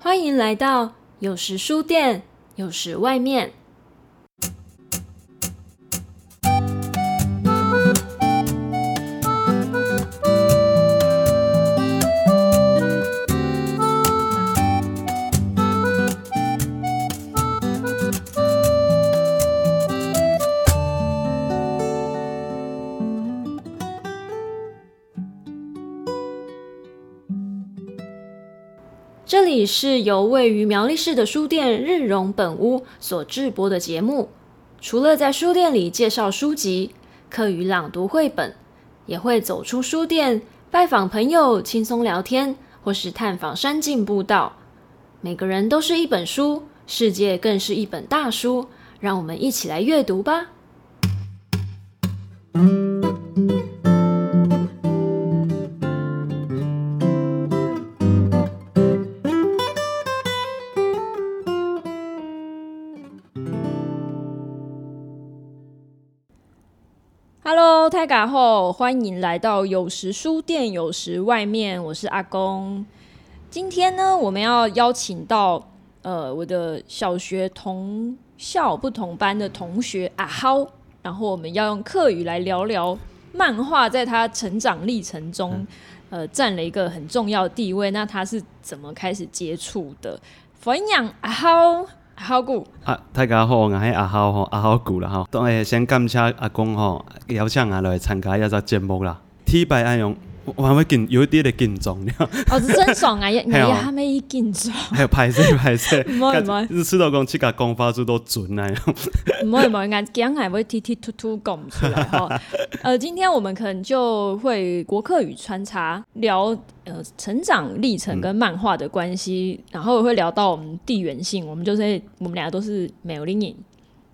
欢迎来到有时书店，有时外面。这里是由位于苗栗市的书店日荣本屋所制播的节目。除了在书店里介绍书籍、课余朗读绘本，也会走出书店拜访朋友、轻松聊天，或是探访山径步道。每个人都是一本书，世界更是一本大书。让我们一起来阅读吧。 Hello，泰嘎后，欢迎来到有时书店，有时外面，我是阿公。今天呢，我们要邀请到呃我的小学同校不同班的同学阿浩，然后我们要用课语来聊聊漫画在他成长历程中。嗯呃，占了一个很重要的地位。那他是怎么开始接触的？欢迎阿浩，阿浩姑，啊，大家好，我系阿豪吼，阿豪古啦吼。当然先感谢阿公吼，邀请我来参加一只节目啦。T 白安用，我我还会紧有一啲的紧张了， 哦，是真爽啊！呀，你嘿哦呀，他们一紧张。还有拍摄拍摄，唔好唔好日出到讲去甲讲法术都准啊那样。唔好唔好，眼惊还会踢踢突突讲不出来哈。呃，今天我们可能就会国客语穿插聊呃成长历程跟漫画的关系，然后会聊到我们地缘性，我们就是我们俩都是美林影，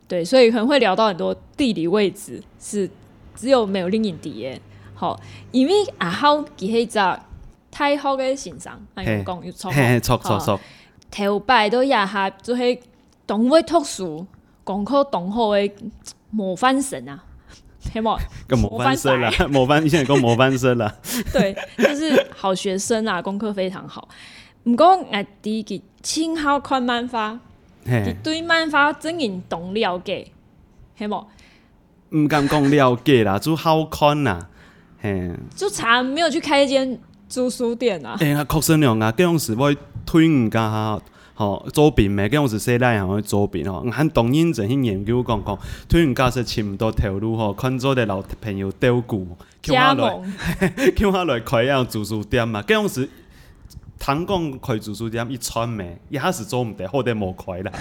对，所以可能会聊到很多地理位置是只有美林影的耶。好，因为啊阿浩其实在太好嘅欣赏，安嘿尼讲又错嘿嘿，错错错，头摆都也下做迄动物特殊功课同好的模范生啊， 嘿冇个模范生啦，啊模范现在讲模范生 啦，对，就是好学生啊，功课非常好。毋过我第一清好看漫画，嘿伊，对漫画真人懂了解，嘿冇唔敢讲了解啦，就好看啦，嘿。就查没有去开一间租书店啊，诶、欸，确实量啊，计样是我推人家吼周边咩，计样是世代人去周边吼，俺当然就去研究讲讲，推人家是深到头路吼，看做的老朋友 照顾， 叫加我来盟叫我来开样自助店嘛，计样是。谈讲开啊自助店一串咩，一下是做毋得，好得无开啦。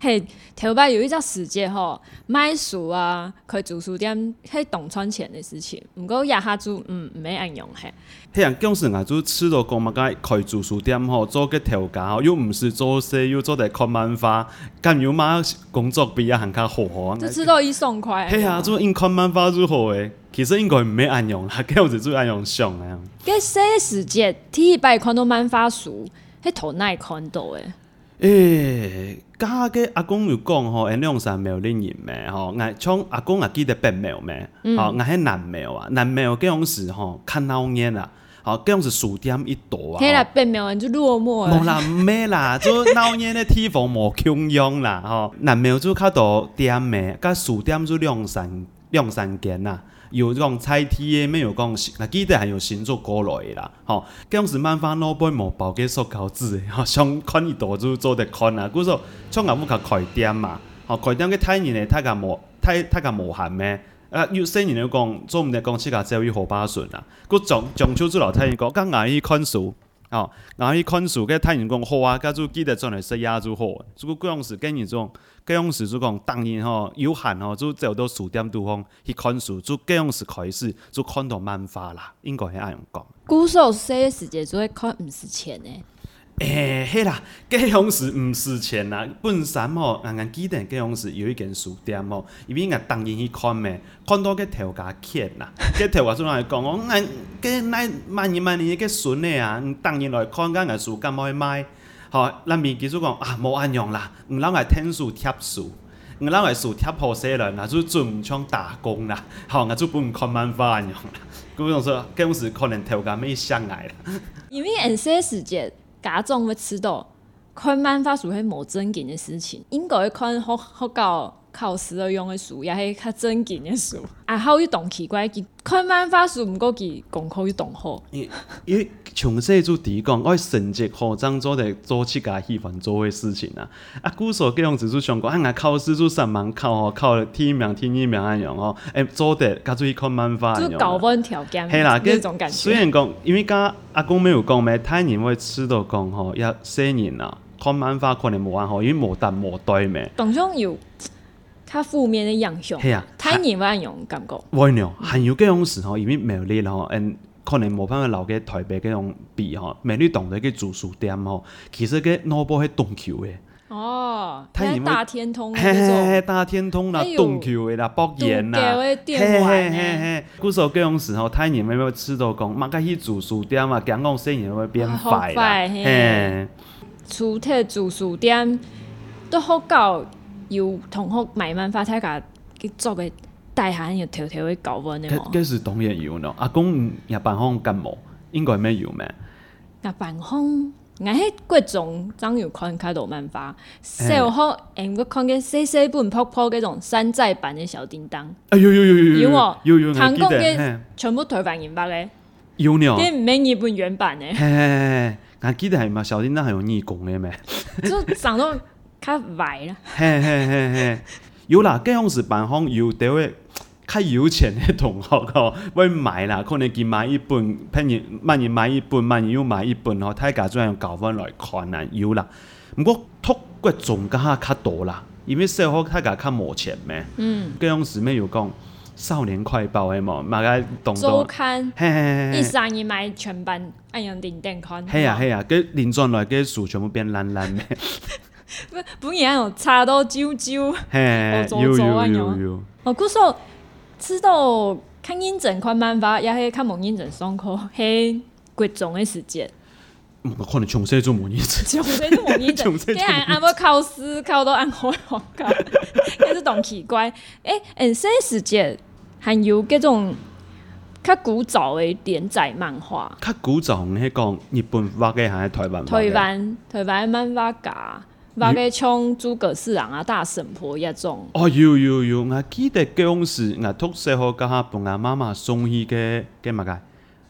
嘿，头摆有一只时节吼，买书啊，去租书店，迄动穿钱的事情，毋过也下租嗯没按用嘿。迄人讲是啊，就吃到讲嘛，该开自助店吼，做个调价吼，又毋是做事，又做得看漫画，咁有嘛工作比啊行较好吼。这吃到一送快。嘿啊，做因看漫画如何诶？其实应该毋免按 用啦，计有只做按用上啊诶。个些时节，第一摆看到漫发书，迄头耐看到诶，诶，家嘅阿公有讲吼，因两三苗恁人咩吼，我像阿公也记得白苗咩，吼，我迄南苗啊，南苗计样是吼较闹热啦，吼计样是数点一多啊。迄啦变没人就落寞无了。啦，咩啦， 做闹热的地方无穷用啦，吼，南苗做较多店的，甲书店做两三两三间啦。有讲菜梯的，没有讲，那记得还有新做过来的啦，吼、这样是慢慢老板无包给塑胶纸的，吼、 想看伊多就做得看啦。故说，像阿母较开店嘛，吼、开店个太年的，太个无太太个无限咩。啊，有些人就讲，做毋得讲，世界只有伊好巴顺啦。佮漳漳州做老太人讲，甲牙医看书，吼、然后伊看书，计太人讲好啊，甲做记得转来说也做好的。如果嗰样时跟人讲，嗰样时就讲当然吼，有限吼，就走到书店地方去看书，就嗰样时开始就看到漫画啦，应该系安样讲。古手些时节就会看毋是钱诶，诶、嘿啦，吉样是毋是钱啦，本身吼，人人记得吉样是有一间书店吼，伊边人当然去看咩，看到个头家欠啦，个头家做人讲哦，俺个咱万年万年个孙诶啊，嗯当然来看间个书，敢要去买，吼，咱面记住讲啊，无安用啦，毋咱来天数贴数。我咱来数贴好些人啦，就准毋像打工啦，吼，我就不用看漫画安样啦。咁样说，吉样是可能头家咪上来啦，因为 N 些时节加种要吃到，看慢发属迄无真紧的事情。英国迄款好好搞靠食了用的树，也迄较真紧的树。啊，好一动奇怪，佮看慢发树毋过佮功课一动好。因为从细就提讲，我成绩好，漳州的做起家喜欢做的事情啊。啊，古所各样子就想讲，啊，考试就上网考哦，考了第一名、第二名安样哦，哎，做得加注意看办法安就样搞啊。问条件，嘿啦，那种感虽觉。然讲，因为刚阿公没有讲咩，太人会吃到讲吼，也细人啊，看办法可能无安好，因为无答无对咩。董兄有较负面的样向，嘿啊，太年万用感觉。我呢，很有这种事吼，因为苗栗吼，嗯，可能无办法留给台北这种比吼，苗栗当地去住宿店吼，其实个脑波迄洞球的，哦，太那年大天通的嘿那嘿种，嘿，大天通啦哎，呦洞球的啦，博言度假啦。的嘿电嘿玩嘿呢嘿，嘿，古时候各种时候，太年要要吃到讲，嘛该去住宿店嘛，讲讲生意会变啊好快啦，快嘿嘿，除特住宿店都好搞，有同学慢慢发太甲去做个大汉有条条的搞问的这哦，这是当然有咯。阿公也办方感冒，应该咩有咩？甲办风。俺迄各种张有宽开都慢发，嘿小学因我看见细细本泡泡嗰种山寨版的小叮当，哎呦呦呦呦有呦哦有有，我韩记国得，嘅嘿全部台湾人版嘞，有呢。佮毋免日本原版的，嘿嘿嘿，嘿俺记得系嘛，小叮当还有义工的咩？就长得较歪啦。嘿嘿嘿嘿，有啦，这样是办方有得位。较有钱的同学吼，要买啦，可能佮买一本，骗人，万人买一本，万人又买一本吼，大家这样教翻来看啊，有啦。毋过托骨总加较多啦，因为小学大家较无钱咩，嗯，这样时咩有讲少年快报的嘛，嘛个懂周懂，刊嘿嘿嘿一嘿，三一买全版，按样顶顶看。嗯嘿啊嘿啊，佮连转来佮书全部变烂烂的。不，本来有差到啾 啾。嘿，走有走有啊有你有，哦，古说吃到看认真看办法，也是看无认真上课，嘿，各种的时 间，嗯我可能从细做模拟器，从这种认真，从竟这种然啊按要考试考到按好好教， 也是懂奇怪。诶、嗯，这时节还有各种较古早的连载漫画，较古早迄讲日本画嘅还是台湾画台嘅？湾台湾漫画家，画个像诸葛四郎啊、大神婆一种。哦，有有有，我记得嗰时我读小学甲下帮我妈妈送去嘅嘅乜嘅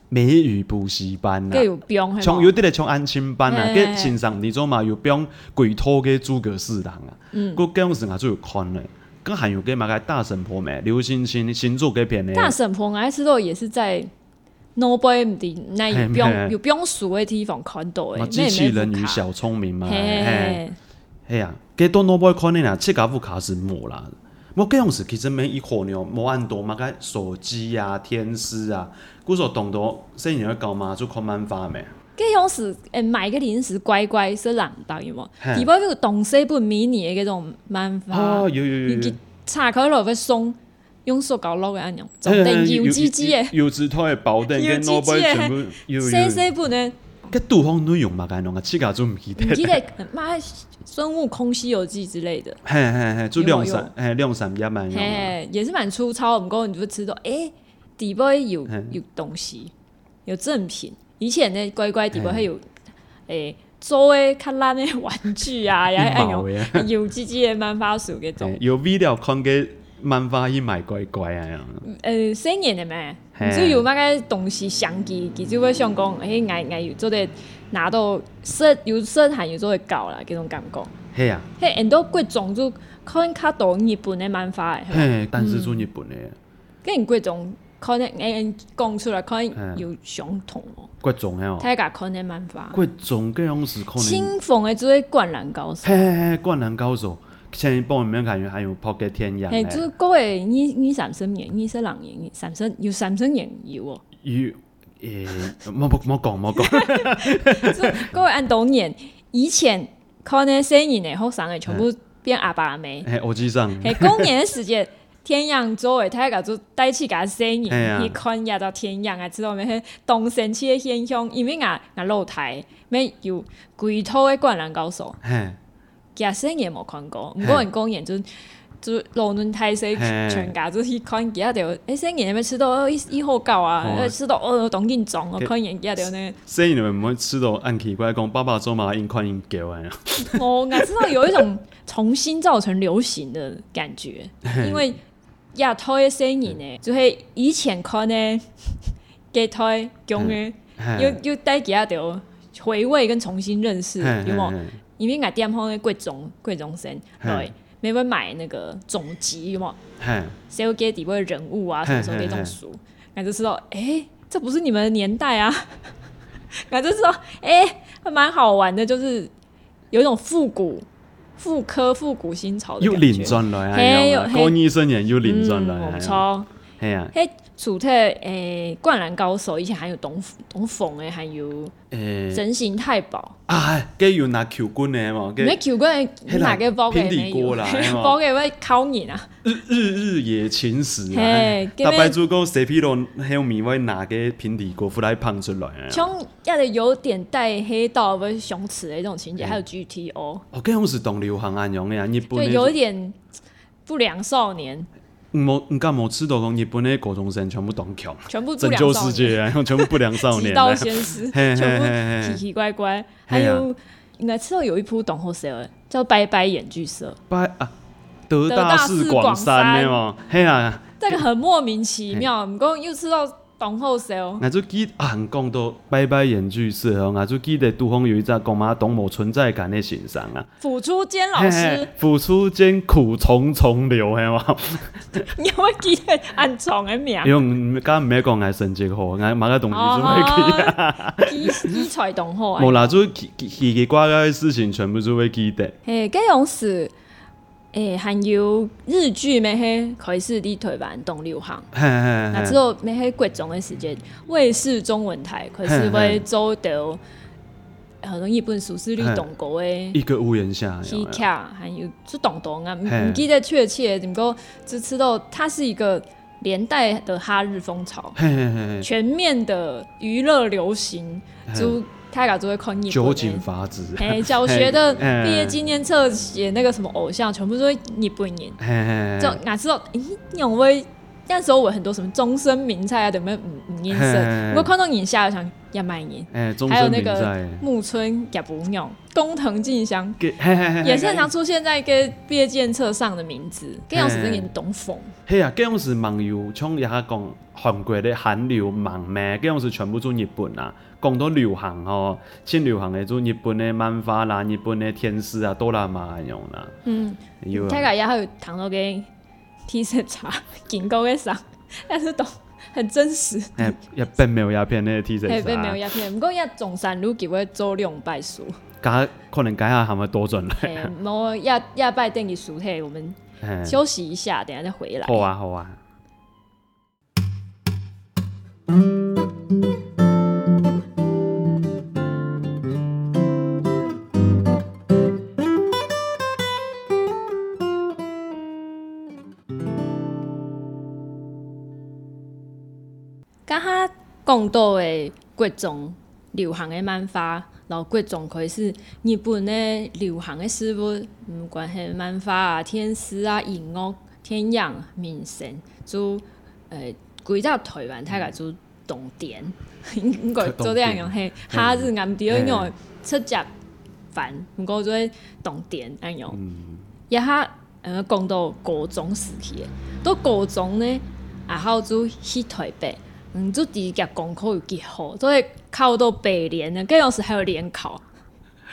美语补习班皆啊。有标，嘿像嘛有啲咧像安亲班啊，嘿嘿佮前上年做嘛有帮鬼拖嘅诸葛四郎啊，嗯佮嗰时我就有看咧，佮还有嘅嘛个大神婆咩，刘星星星座嘅片咧，大沈鹏爱吃肉也是在 No Boy 的那有嘿嘿标有标熟的地方看到嘛诶，机器人与小小聪明嘛，嘿。嘿，系啊，佮多诺贝可能啊，七家副卡是无啦。我嗰样时其实蛮一可能，无按多嘛个手机啊、天师啊，古所懂到细人去教嘛，就看漫画咩。佮用时诶买个呃零食乖乖是人导有无嘿？底部有东西本迷你的迄种漫画哦，，有有有你有去，插开落会松，用手搞落个按钮，总等有机机诶，有枝头的包等有跟枝枝诺贝的全部有有。细细本诶，佮杜方内容嘛，佮弄个七家就唔记得唔。记得妈孙悟空、西游记之类的。嘿嘿嘿，就有有两三嘿两三一万用啊。嘿，也是蛮粗糙。不过你就会知道，哎、底部有嘿有东西，有赠品。以前呢，乖乖底部嘿还有，哎、做诶较烂的玩具 啊，然后一哎毛呦，的啊，有唧唧的漫画书嗰嘿种。有 video 看个漫画去买乖乖啊。呃，新年的咩，嘿就有那个东西相机，其实我想讲，哎、欸，爱爱有做得拿到设有设还有做得搞啦，嗰种感觉。嘿啊，嘿，很多各种就看较多日本的漫画的。嘿，但是做日本的。跟人各种可能人讲出来可能嗯有相同哦，骨种诶哦，睇下可能办法。骨种嘅样是可能，清风的做位灌篮高手，嘿嘿嘿，灌篮高手，前一帮我们感觉还有破嘅天涯嘿，咧，做嗰个二二三十年、二十六年、三十有三十年有哦，与诶，冇冇冇讲冇 讲，做嗰个按当年以前可能四年的学生的全部变阿爸阿妹，嘿，我记上，嘿，公年的时间。天阳做诶，睇下做带起个生意，嘿啊你看也到天阳啊，知道咩？迄东神起的现象，因为啊啊露台，咩有几套的灌篮高手，嘿，其实也冇看过，毋过人讲演就是就是路轮太细，嘿全家就是看见啊着，诶，先眼要吃到一一号狗啊，哦要吃到哦，当紧重哦，给看见啊着呢。所以你们没吃到按奇怪讲，爸爸做嘛因看因叫啊，我感知道有一种重新造成流行的感觉，因为亚头的声音呢，就会以前看呢，给台讲的，又又带给他着回味跟重新认识，有冇？因为俺店方的贵重贵重声，对，没会买那个总集，有冇？嘿，谁会给底位人物啊，什么时候给这种书， 俺就知道，哎、这不是你们的年代啊， 俺就知道，哎、还蛮好玩的，就是有一种复古、复科、复古新潮的又感领觉。转来啊，嘿你知道吗嘿高医生也又领转来嗯，我啊，超嘿啊，嘿，主特诶，灌篮高手以前还有董董冯诶，还有诶真形太保，啊，计有拿球棍的嘛，你计没 Q 过哪个包给 平底没锅有啦 哎？嘛包给会考你啊？日日野情史啊，嘿嘿因大为白猪讲蛇皮龙还有米会拿个平底锅出来捧出来啊，像要的有点带黑道不是雄雌的这种情节，嗯还有 GTO，哦，计种是同流行安样的啊，日就本的有一点不良少年，冇唔敢冇吃到讲日本的高中生全部当强，全部不拯良救少世年，界啊，全部不良少极年道 啊，先师， 嘿嘿全嘿部嘿奇奇怪怪，还嘿啊有应该知道有一部懂后谁了，叫拜拜演剧社，拜啊，德德大大是是广广山的山嘛，嘿啊，这个很莫名其妙，不过又知道懂后谁哦，我就记啊，讲到拜拜演剧社哦，我就记得杜峰有一只讲嘛，懂某存在感的欣赏啊，辅助坚老嘿师嘿，付出艰苦重重流，嘿嘛，你会记得暗藏的 名，因为刚唔免讲爱成绩好，我马个同事哦就会记啊， 记记出来懂后 啊无。啦，就奇奇奇奇怪怪的事情全部就会记得，嘿，跟勇士，诶，还有日剧咩嘿，开始地推版动流行。嘿嘿那嘿之后咩嘿贵种的时间，卫视中文台开始会呃做到很容易本熟视率动过的一个屋檐下，有戏没剧，有还有是动动啊，嘿唔记得确切，能够只知道它是一个连带的哈日风潮，嘿嘿嘿嘿，全面的娱乐流行，就大家就会看日嗯酒本井的。法子，哎、小学的 嘿嗯毕业纪念册写那个什么偶像，全部都是日本人。嘿嘿嘿就哪知道，咦，那种威那时候我很多什么终身名菜啊，等等五五音生，嘿不过看到你下，我想要卖你。哎，终还有身那名个在。木村也不用，工藤静香给嘿嘿嘿，也是很常出现在跟毕业纪念册上的名字，跟杨史真演懂风，嘿啊，这种是网友像一下讲韩国的韩流网咩，这种是全部做日本啊。讲到流行吼、先流行的做日本的漫画啦、日本的天使啊、哆啦 A 梦用啦，嗯，有大啊。概也还有糖豆跟 T 恤茶紧勾的上，但是懂很真实。哎，也变没有鸦片的 T 嘿，恤被没有衫，鸦片，不过也总山路给我做两拜书，加可能加下他们多准了。嘿，我亚亚拜电给书嘿，我们哎休息一下，等一下再回来。好啊，好啊。刚他讲到的各种流行的漫画，然后各种可以是日本的流行的事物，不管是漫画啊、天使啊、音乐、天养、民生，就呃，规只台湾大概就动点， 应该做这样用哦嘿，哈日暗地哦那种出食饭，不过做动点安样。一下呃讲到高中时期的，到高中呢，啊好就去台北，嗯，就第一节功课有结好，所以考到北联呢，跟老师还有联考，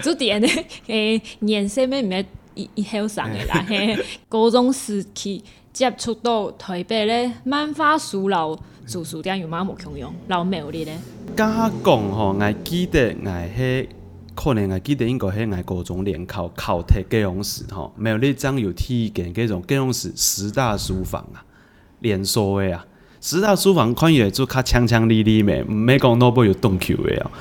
就点呢，诶，年生咩咩一一后生的啦，嘿，呃高中时期接触到台北咧漫画书楼，住书店有嘛无穷用，老庙里咧，加讲吼，我记得我迄可能我记得应该迄我高中联考考题计用时吼，没有你张有体验计种计用时十大书房啊，连锁的啊。十大书房看起来就较强强力力的，毋免讲 n o 有动球的哦。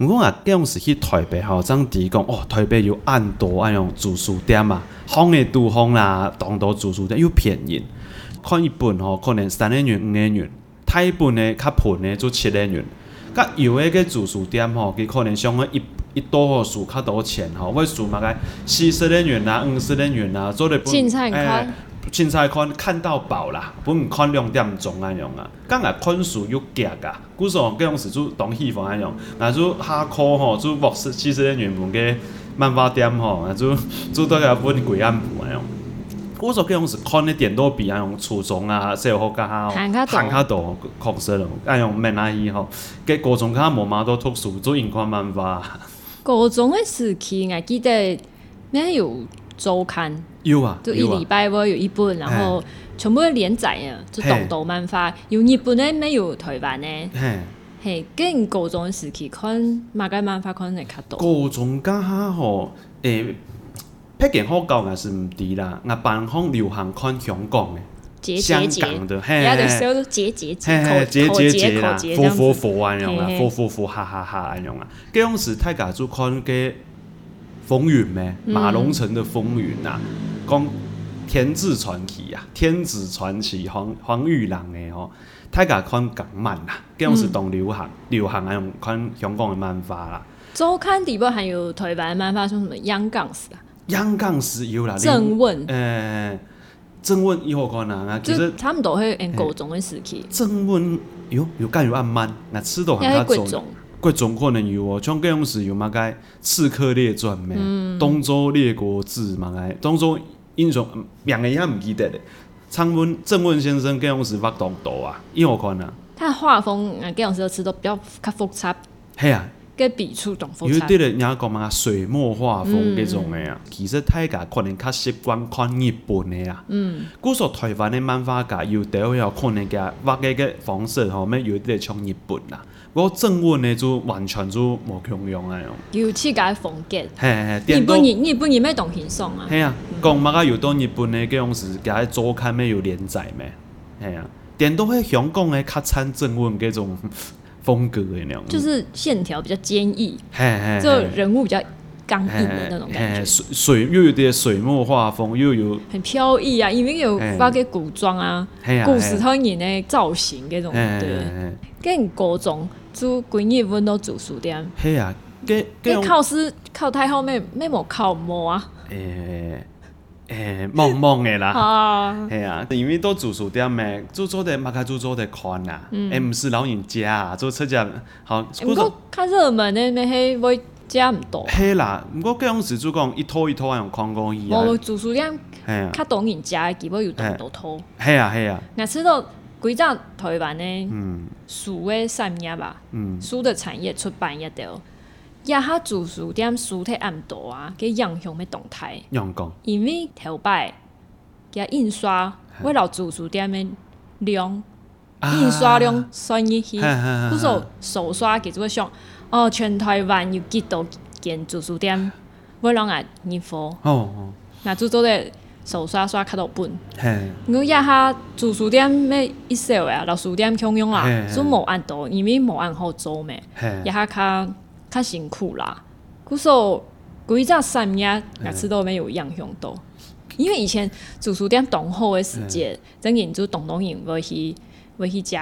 毋过啊，计用时去台北吼，张迪讲哦，台北有暗多安样住宿店嘛，方啊的都方啦，当到住宿店又便宜。看一本吼，可能三个元、五个元，太本的较便的做七个元。甲有诶个住宿店吼，佮可能上个一一多吼数较多钱吼，我数嘛个四十日元啦、五十日元啦，做日本凊彩诶看凊彩看看到饱啦，不用看两点钟安样啊。刚啊看书又夹啊，故说各种是做当戏方安样，那做下课吼，做博士其实原本嘅漫画店吼，那做做到个本鬼暗部安样。我说各种是看咧电脑比安样初中啊、小学甲啊，行较大较大，确实啊咯，安样免阿伊吼，计高中较无嘛都读书做用看漫画。高中的时期，我记得那有周刊， 有啊，就一有啊哎礼拜我有一本，然后全部都连载啊，就动动漫画，有日本的，没有台湾的。嘿。嘿，跟高中的时期看，马该漫画看会较多。高中家下吼，诶、拍健好教也是毋挃啦，啊，办方流行看香港的，节香节节，港的，嘿人家就嘿。说节节节，嘿口嘿，节口节节节口啦，节这佛样佛子。佛安样啦嘿，嘿佛佛佛哈哈哈安样啦。嗰种时大家就看嘅风云咩，嗯马龙城的风云啊，讲天字传奇啊，天子传奇黄黄玉郎的吼，大家看港漫啦，嗰种是嗯当流行流行安样看香港的漫画啦。周刊底部还有台湾漫画，说什么央港死啊，香港是有啦，另正问，诶，正问以后可能啊，其就实他们都会演嗯高中的时期，正问有有干有暗慢，那吃都很要会较贵重种，。贵重可能有哦，像这种是有嘛该《刺客列传》咩，嗯《东周列国志》嘛该，《东周英雄》嗯两个也唔记得咧。昌文郑问先生这种是发动刀啊，以后可能啊，他的画风啊，各种时候吃都比较较复杂，嘿啊，跟笔触懂复有杂。嗯啲人家讲嘛水墨画风嗰种嘅啊，其實大家可能較習慣看日本嘅啊。嗯，古所台灣嘅漫畫家有啲有可能嘅畫嘅嘅方式吼，咩有啲像日本啊啦。我正文呢就完全就冇共用啊，尤其个风格，嘿嘿，日電本腦人日本人咩懂轻松啊？嘿啊，讲嘛个有當日本嘅嗰種是嘅周刊咩有連載咩，嘿啊，電腦喺香港嘅較參正文嗰種風格嘅樣。就是线条比较坚毅，嘿嘿嘿就人物比较刚嘿硬的那种嘿感觉，水水又有点水墨画风，又有很飘逸啊。因为有嘿包括古装啊、嘿啊故事汤演的造型这种，嘿啊对。跟高中做几日本都做书店，嘿啊，给给跟靠师靠太后咩咩冇靠摸啊诶诶懵懵的啦，啊！嘿啊，因为都住宿店咩，做做的马卡做做的看啦，诶，唔是老人家啊，做出家好，嗯不过较热门的咩迄我加唔多，嘿啦，不过嗰种时就讲一套一套用看讲伊啊我，做书店嘿啊，较懂人家的，基本有懂到偷。嘿啊嘿啊，我知道几只台湾的嗯书的产业吧，嗯，书的产业出版业条，也较做书店书体暗度啊，佮影响的动态，样讲，因为头摆佮印刷，为了做书店的量。印刷量算一去，啊嘿嘿嘿嘿不手手刷其实会上哦，全台湾有几多间做书店，为让俺认货，哦哦，那做做的手刷刷较到本。嘿，我一下做书店咩一少啊，老书店强用啦嘿，嘿所以无按到，因为无按好做咩，嘿一，下较较辛苦啦。故说几只三业，每次都没有影响到，因为以前做书店动好的时节，真人就动动人会去会去食，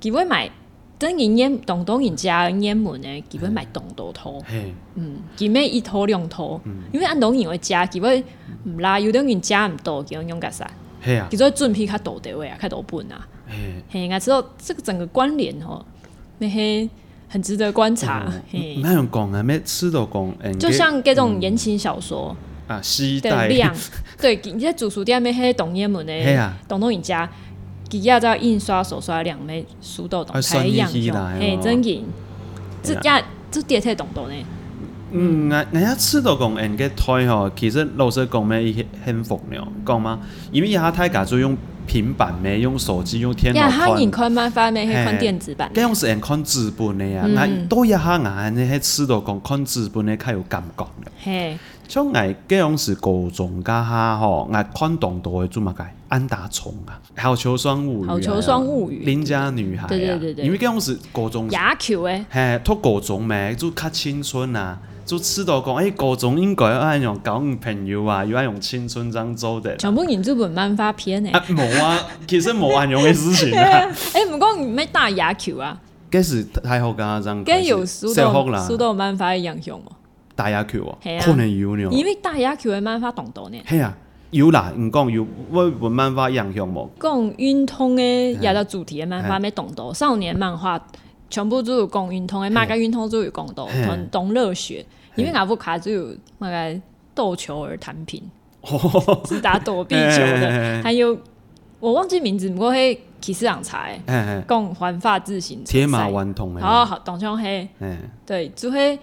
基本买。真人烟动动人家烟门呢，基本买动多套，嘿，嗯，基本一套两套，嗯因为按动人会食，基本唔啦，有等人食唔到，基本用个啥？嘿啊其，实准批较大地位啊，较大本啊，嘿。嘿，我知道这个整个关联吼，那些很值得观察，嗯嘿，那样讲啊，咩吃都讲，欸就像各种言情小说啊，西的带量， 对，你在主书店那些懂英文嘿的啊，懂懂人家，底下在印刷手刷两枚书都懂，啊才一样算一起用，来嘿，哦真紧，这嘿啊呀这点太懂懂呢， 嗯，我我一吃到讲，人家台吼，其实老实讲咩，伊很服了，讲嘛，因为他太家就用平板咩，用手机，用电脑呀，他看，你看漫画没，嘿，嘿看电子版这，样是人看纸本的呀，嗯我啊多一下眼，你喺吃到讲看纸本的较有感觉了。嘿，像我这样是高中家下吼，我看动到的做嘛个安达充啊，好球双物语啊，好球双物语邻家女孩啊，对对对对因为这样是高中雅球诶，嘿，读高中咪就较青春啊，就知道讲，诶、哎高中应该要用交朋友啊，要用青春漳 州的。全部人这本漫画片呢，啊，冇啊，其实冇安用嘅事情 啊，哎，不过你咩打雅球啊？嗰是太好噶，真跟有苏小豆学啦苏，豆漫画一样用哦，打野球哦嘿，啊可能有呢。因为大野球的漫画懂懂呢，嘿啊，有啦，毋讲有，我有漫画影 响无？讲运动的也到主题的漫画，没懂到少年漫画全部都有讲运哎动的，嘛个运动都有讲到，嘿同同热血，嘿因为阿布卡就有那个斗球儿弹平，哎是打躲避球 的，的，还有我忘记名字，不过嘿，骑士长才嘿嘿共环发自行车赛铁马，顽童的好嘛，好董兄嘿，嘿对，就会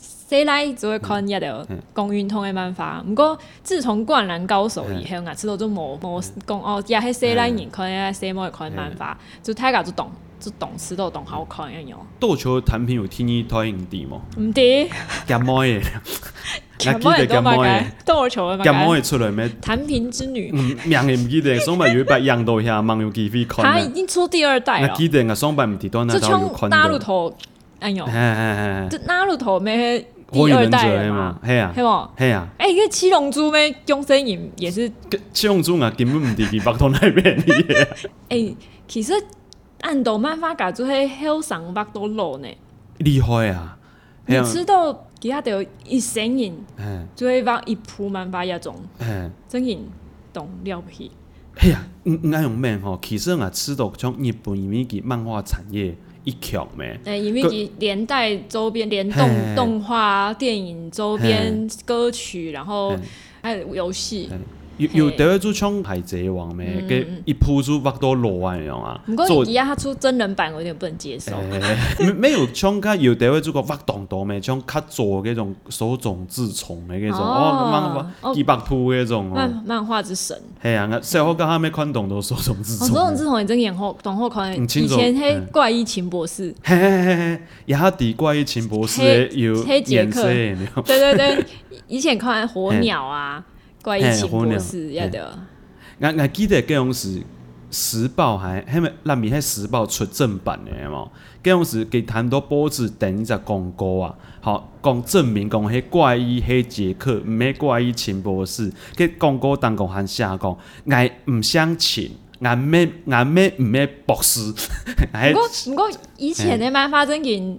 谁来就会看一的嗯讲运动的办法。不过自从《灌篮高手》以嗯后，我吃到就无无讲哦，也是谁来人看，也是谁某看的办法，嗯就大家就懂，就懂吃到懂好看的样。斗球的产品有天一推影 帝无？唔得，咸毛的， 全部人都咸买毛个的，斗球的咸毛买的出来咩？弹平之女，嗯，命也唔记得，上班有一摆养到遐，网友机会她看已的。经出第二代那了，记得啊，上班唔伫到那就都有像看纳入到。头，哎呦嘿，嘿嘿嘿，这纳入头咩火第影二忍者代了的嘛嘛，，嘿啊系，冇？嘿啊，哎，因为七龙珠咩终身影也是七龙珠啊根本唔伫伊北头那边 的。诶、其实按动漫发家做迄黑上目都露呢，厉害啊！嘿你啊吃到其他有一成瘾，嗯就会往一铺漫发一种嗯，真瘾懂了不起。嘿啊，嗯嗯，爱用咩吼？其实啊，吃到像日本伊面嘅漫画产业一强咩？诶、因为个伊连带周边联嘿动动画、电影周边、歌曲，然后嘿还有游戏。有嘿有第一组像海贼王咩？佮一铺住北多罗安样啊不，过做伊他出真人版，我有点不能接受。诶没没有像较有地位做个挖洞洞咩，像较做迄种手冢治虫的迄种，哦哦，慢慢哦几百铺迄种漫哦，漫画之神，嘿啊，我小学刚还没看懂都手冢治哦，虫这种的，自从你真演后，懂后可能嗯以清楚前黑嗯怪医秦博士，嘿嘿嘿嘿，也较敌怪伊秦博士的黑有黑杰颜色克的有没有，对对对，以前看火鸟啊，怪异情博士嘿火鸟也的，我我记得嗰种时时报还迄咪咱咪迄时报出正版的有冇？嗰种时给谈多报纸等一只广告啊，吼，讲证明讲迄怪医迄杰克，毋系怪医秦博士，佮广告当讲还写讲，我毋相信，我咩我咩毋系博士，不哎 过不过以前的漫发真件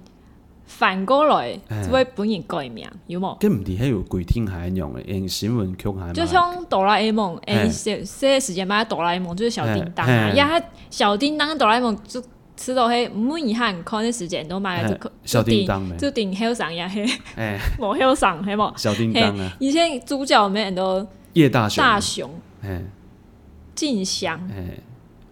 反过来嘿就会本人改名，有冇？佮毋知迄有鬼天海用的，用新闻曲还就像哆啦 A 梦，哎，嘿这这时间买哆啦 A 梦就是小叮当嘿啊，嘿呀，他小叮当哆啦 A 梦就吃到嘿，每一汉看的时间都买了就嘿就哎小叮当顶的就顶黑上呀嘿， 哎无黑上嘿冇。小叮嘿当啊，，以前主角们很多叶大雄，大雄、哎静香、哎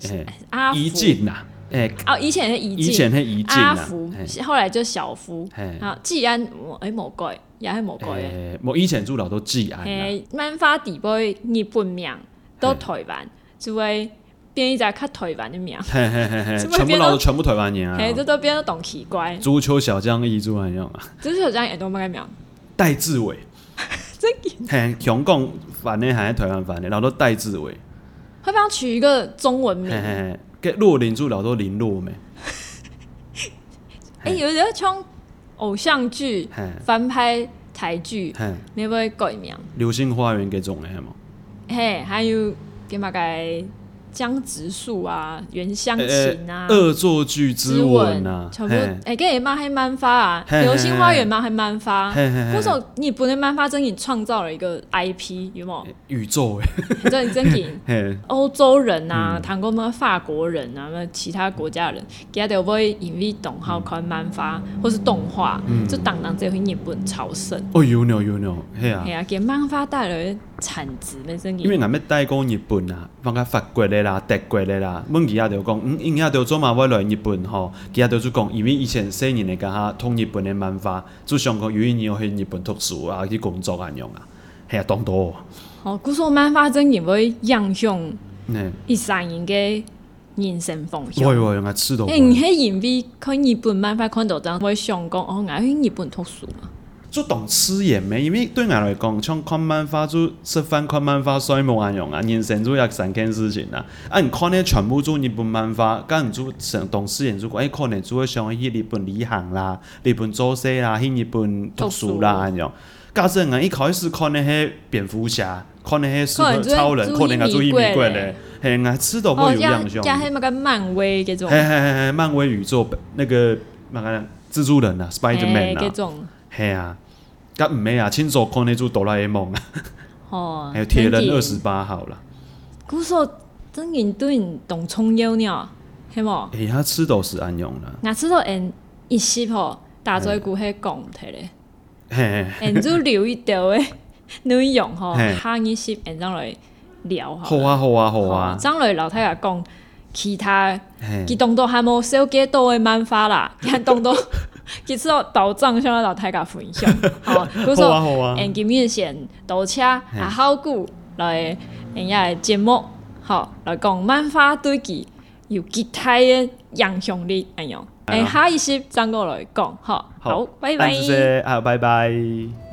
哎，阿福怡静呐，哎。哦，以前是怡以静，前迄怡静阿啊，福嘿，后来就小夫，嘿啊，季安，我哎魔鬼，也是魔鬼的，诶，我以前主老都治安啊啦，啊嘿，漫画底部的日本名都台湾，就会变一只较台湾的名，嘿嘿嘿嘿，怎么全部变老到都全部台湾人啊，嘿，这都变得懂奇怪，足球小将伊主很用啊，这是有这样也都没个名，戴志 伟，嘿，香港反的还是台湾反的，老都戴志伟，会不要取一个中文嘿名？嘿嘿，佮洛林主老都林洛咩，哎，有点像偶像剧嘿翻拍台剧，嘿，你会改名？流星花园给种的嘛，嘿，还有给嘛个江直树啊，原乡诶情啊。恶作剧之吻啊，全部嘿，哎，跟你漫黑漫发啊，嘿嘿流星花园漫黑漫发嘿嘿，嘿为什么你不能漫发真影创造了一个 IP 有没宇宙诶，有？真真影 嘿，欧洲人啊，嗯韩国们法国人啊，那其他国家人，给他都会因为懂好看漫发嗯或是动画，就当当这回日本朝圣，哦有呢有呢，嘿啊哎。呀，给漫发带来产值那真因为影，俺要带过日本啊，放到法国的啦、德国的啦，阮其他就讲，嗯，因遐就做嘛，我来日本吼，其他就就讲，因为以前细年的甲哈通日本的文化，就想讲有一年要去日本读书啊，去工作安样啊，嘿啊，当多，哦，故说漫发真影会影响嗯，一三人的人生方向我。我用啊吃到诶，你迄因为看日本漫画看到这样，我会想讲哦，我去日本读书嘛。做懂吃盐咩？因为对俺来讲，像看漫画就吃饭看漫画衰无安样啊，人生就要三件事情啊。啊，你看咧全部做日本漫画，甲你做成懂吃盐，如果哎可能就会想去日本旅行啦、日本做事啦、去日本读书啦安样。假设俺一开始看那些蝙蝠侠，看那些可能 super 就会超人，可能俺做注一意米米贵贵咧咧，嘿，俺吃到哦过，有哎加样凶。加迄那个漫威这种，嘿嘿嘿嘿，漫威宇宙那个那个蜘蛛人啊，Spider Man 啊这。种嘿啊，甲毋咩啊，亲手看迄组哆啦 A 梦啊，哦，还有铁人天二井十，八号啦。古说真人对懂葱油鸟，嘿无？诶、哎他吃都是安用啦，若吃到因一吸吼，打做一句迄讲体咧，嘿嘿，因就留一条 诶内容吼，嘿下一吸因将来聊好吼，啊好啊好啊，将来老太太讲其他，嘿佮当做还无小解到诶漫法啦，佮当做其实我保障向老太太分享，吼，古好说啊好啊，因今日先倒车啊，好久来因遐的节目，吼来讲漫画对记有其他的影响力安样。哎哎，呀下一集咱过来讲，吼，好，拜拜啊但。是说啊，拜拜。